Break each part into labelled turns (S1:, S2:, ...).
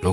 S1: 如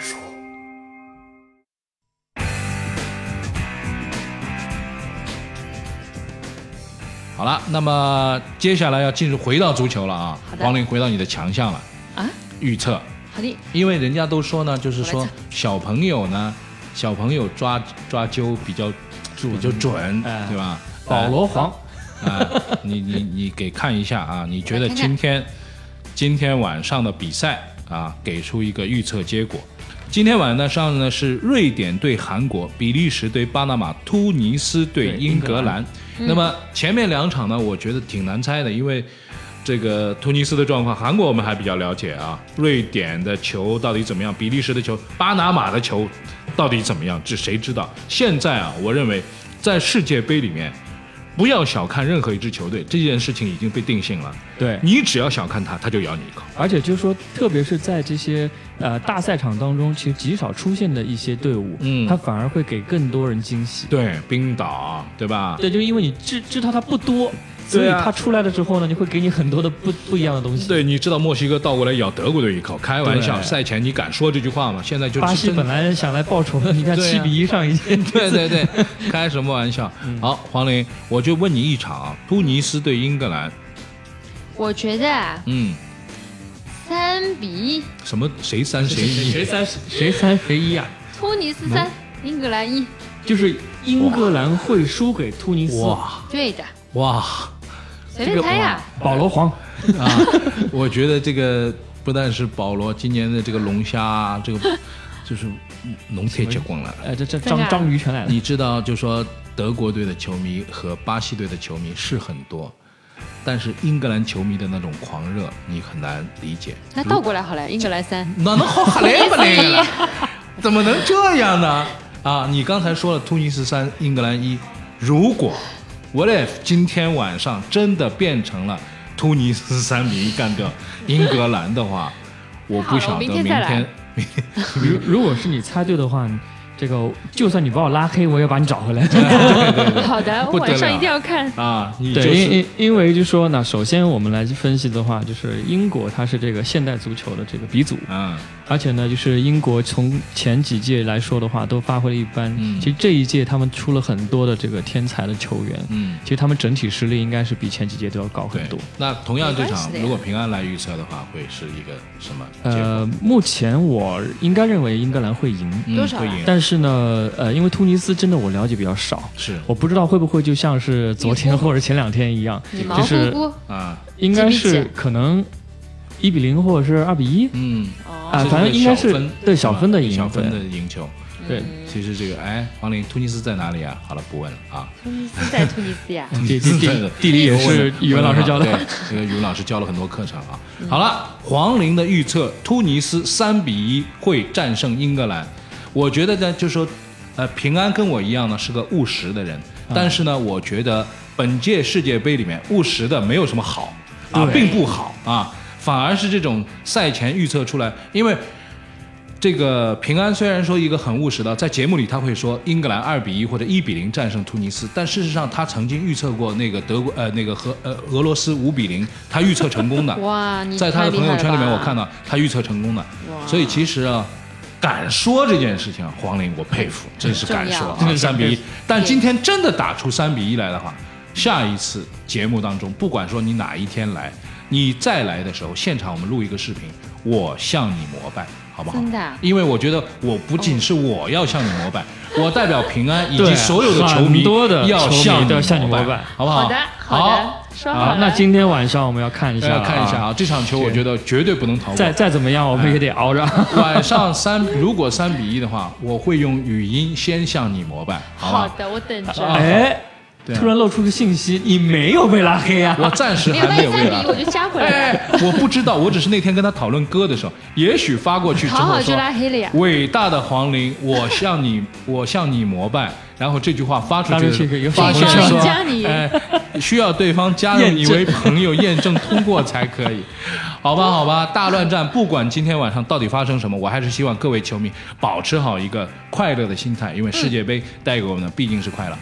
S2: 说。
S3: 好了，那么接下来要进入回到足球了啊
S4: 好，的
S3: 王林回到你的强项了，
S4: 啊，
S3: 预测，
S4: 好的，
S3: 因为人家都说呢，就是
S4: 我
S3: 说
S4: 来
S3: 小朋友呢，小朋友抓抓阄比较比较准，
S5: 哎
S3: 对吧？
S5: 保罗黄，
S3: 啊，你你你给看一下啊，你觉得
S4: 我来看看
S3: 今天今天晚上的比赛啊，给出一个预测结果。今天晚呢上呢是瑞典对韩国，比利时对巴拿马，突尼斯对
S5: 对
S3: 英
S5: 英格
S3: 格兰。那么前面两场呢，我觉得挺难猜的，因为这个突尼斯的状况，韩国我们还比较了解啊。瑞典的球到底怎么样？比利时的球，巴拿马的球到底怎么样？这谁知道？现在啊，我认为在世界杯里面，不要小看任何一支球队，这件事情已经被定性了。
S5: 对，
S3: 你只要小看他，他就咬你一口。
S5: 而且就是说，特别是在这些呃大赛场当中，其实极少出现的一些队伍，
S3: 嗯
S5: 它反而会给更多人惊喜。
S3: 对，冰岛，对吧？
S5: 对，就因为你知知道它不多，所以
S3: 对啊
S5: 它出来了之后呢，你会给你很多的不不一样的东西。
S3: 对，你知道墨西哥倒过来咬德国队一口，开玩笑，
S5: 对
S3: 赛前你敢说这句话吗？现在就
S5: 巴西
S3: 真的
S5: 本来想来报仇的，你看
S3: 对
S5: 七
S3: 啊
S5: 比一上一届，
S3: 对对对，开什么玩笑？
S5: 嗯
S3: 好，黄玲，我就问你一场啊，突尼斯对英格兰，
S4: 我觉得啊，
S3: 嗯，
S4: 三比一，
S3: 什么谁三谁一？
S5: 谁三谁谁三谁一啊？
S4: 突尼斯三，
S3: 嗯
S4: 英格兰一，
S5: 就是英格兰会输给突尼斯。
S3: 哇
S4: 对的，
S3: 哇
S4: 随便猜呀、
S5: 保罗黄，
S3: 啊！我觉得这个不但是保罗今年的这个龙虾，这个就是农铁结光了。
S5: 呃，这这
S4: 真的
S5: 章
S4: 啊
S5: 章鱼全来 了。
S3: 你知道，就说德国队的球迷和巴西队的球迷是很多，但是英格兰球迷的那种狂热，你很难理解。
S4: 那倒过来好了，英格兰三，
S3: 哪能好哈雷不雷 了？怎么能这样呢？啊，你刚才说了突尼斯三，英格兰一。如果 what if 今天晚上真的变成了突尼斯三比一干掉英格兰的话，我不晓得哦明
S4: 太好了
S3: 天
S4: 我
S3: 明天
S5: 如如果是你猜对的话，这个就算你把我拉黑，我也把你找回来。
S4: 好的，
S3: 不
S4: 我
S3: 得
S4: 晚上
S3: 了
S4: 一定要看。
S3: 啊，你就
S5: 对，因
S3: 是
S5: 因因为就说呢，首先我们来分析的话，就是英国它是这个现代足球的这个鼻祖，
S3: 嗯
S5: 而且呢，就是英国从前几届来说的话，都发挥了一般。
S3: 嗯
S5: 其实这一届他们出了很多的这个天才的球员，
S3: 嗯，
S5: 其实他们整体实力应该是比前几届都要高很
S3: 对
S5: 多。。
S3: 那同样这
S4: 没关
S3: 场
S4: 系的呀
S3: 如果平安来预测的话，会是一个什么结果？
S5: 呃，目前我应该认为英格兰会赢，
S3: 嗯
S4: 多少啊
S3: 会赢？
S5: 但是呢，呃，因为突尼斯真的我了解比较少，
S3: 是
S5: 我不知道会不会就像是昨天或者前两天一样，
S4: 你毛
S5: 就
S4: 乎
S5: 是
S4: 乎，
S3: 啊，
S5: 应该
S4: 几比
S5: 是
S4: 几
S5: 可能一比零或者是二比一
S3: 嗯，
S5: 啊，
S3: 这
S5: 反正应该是
S3: 小分
S5: 对小分的赢，
S3: 小分的
S5: 对
S3: 赢球。
S5: 对。
S3: 其实这个，哎，王林，突尼斯在哪里啊？好了，不问了啊。
S4: 突尼斯在突尼斯呀，
S3: 嗯
S5: 地地地地理
S3: 理
S5: 也是语文老师教的，
S3: 啊对，
S5: 嗯
S3: 这个语文老师教了很多课程啊。好了，黄龄的预测，突尼斯三比一会战胜英格兰。我觉得呢，就说，呃，平安跟我一样呢是个务实的人，
S5: 嗯
S3: 但是呢，我觉得本届世界杯里面务实的没有什么好啊，
S5: 对
S3: 并不好啊，反而是这种赛前预测出来，因为。这个平安虽然说一个很务实的，在节目里他会说英格兰二比一或者一比零战胜突尼斯，但事实上他曾经预测过那个德国呃那个和呃俄罗斯五比零，他预测成功的。
S4: 哇，你
S3: 在他的
S4: 太厉
S3: 朋
S4: 害
S3: 友
S4: 了
S3: 圈里面，
S4: 吧
S3: 我看，到他预测成功的，
S4: 哇
S3: 所以其实啊，敢说这件事情啊，黄玲我佩服，真是敢说
S4: 重
S3: 啊，
S5: 要
S3: 三 比一。但今天真的打出三比一来的话，下一次节目当中，不管说你哪一天来，你再来的时候，现场我们录一个视频，我向你膜拜，好不好？
S4: 真的啊
S3: 因为我觉得我不仅是我要向你膜 拜，我代表平安以及
S5: 对
S3: 所有的球迷
S5: 很多的
S3: 要
S5: 球迷
S3: 向
S5: 都要向你
S3: 膜
S5: 膜拜
S3: 好不好？
S4: 好的
S3: 好
S4: 的，，说
S5: 好
S4: 好，
S5: 那
S4: 了，
S5: 今天晚上我们要看一下，
S3: 要看一下，啊，这场球我觉得绝对不能逃过。
S5: 再再怎么样我们也得熬着。
S3: 晚上三，如果三比一的话，我会用语音先向你膜拜，好吧？啊
S4: 好的，我等着。
S5: 哎，
S3: 对啊
S5: 突然露出个信息，你没有被拉黑啊？
S3: 我暂时
S4: 没
S3: 还没
S4: 万一
S3: 有
S4: 再
S3: 未来
S4: 比，我。就加回来了。
S3: 哎，我不知道，我只是那天跟他讨论歌的时候，也许发过去之
S4: 好
S3: 后
S4: 好 就
S3: 说
S4: 拉黑了呀，
S3: 伟大的黄龄，我向你， 我向你膜拜。然后这句话发出
S5: 当
S3: 去
S5: 然
S3: 的时
S5: 是一个
S3: 候，发现
S5: 有
S4: 谁
S3: 说
S4: 帮你加你
S3: 哎，需要对方加入你为朋友，验证通过才可以。好吧，好吧，大乱战，不管今天晚上到底发生什么，我还是希望各位球迷保持好一个快乐的心态，因为世界杯带给我们的毕竟是快乐。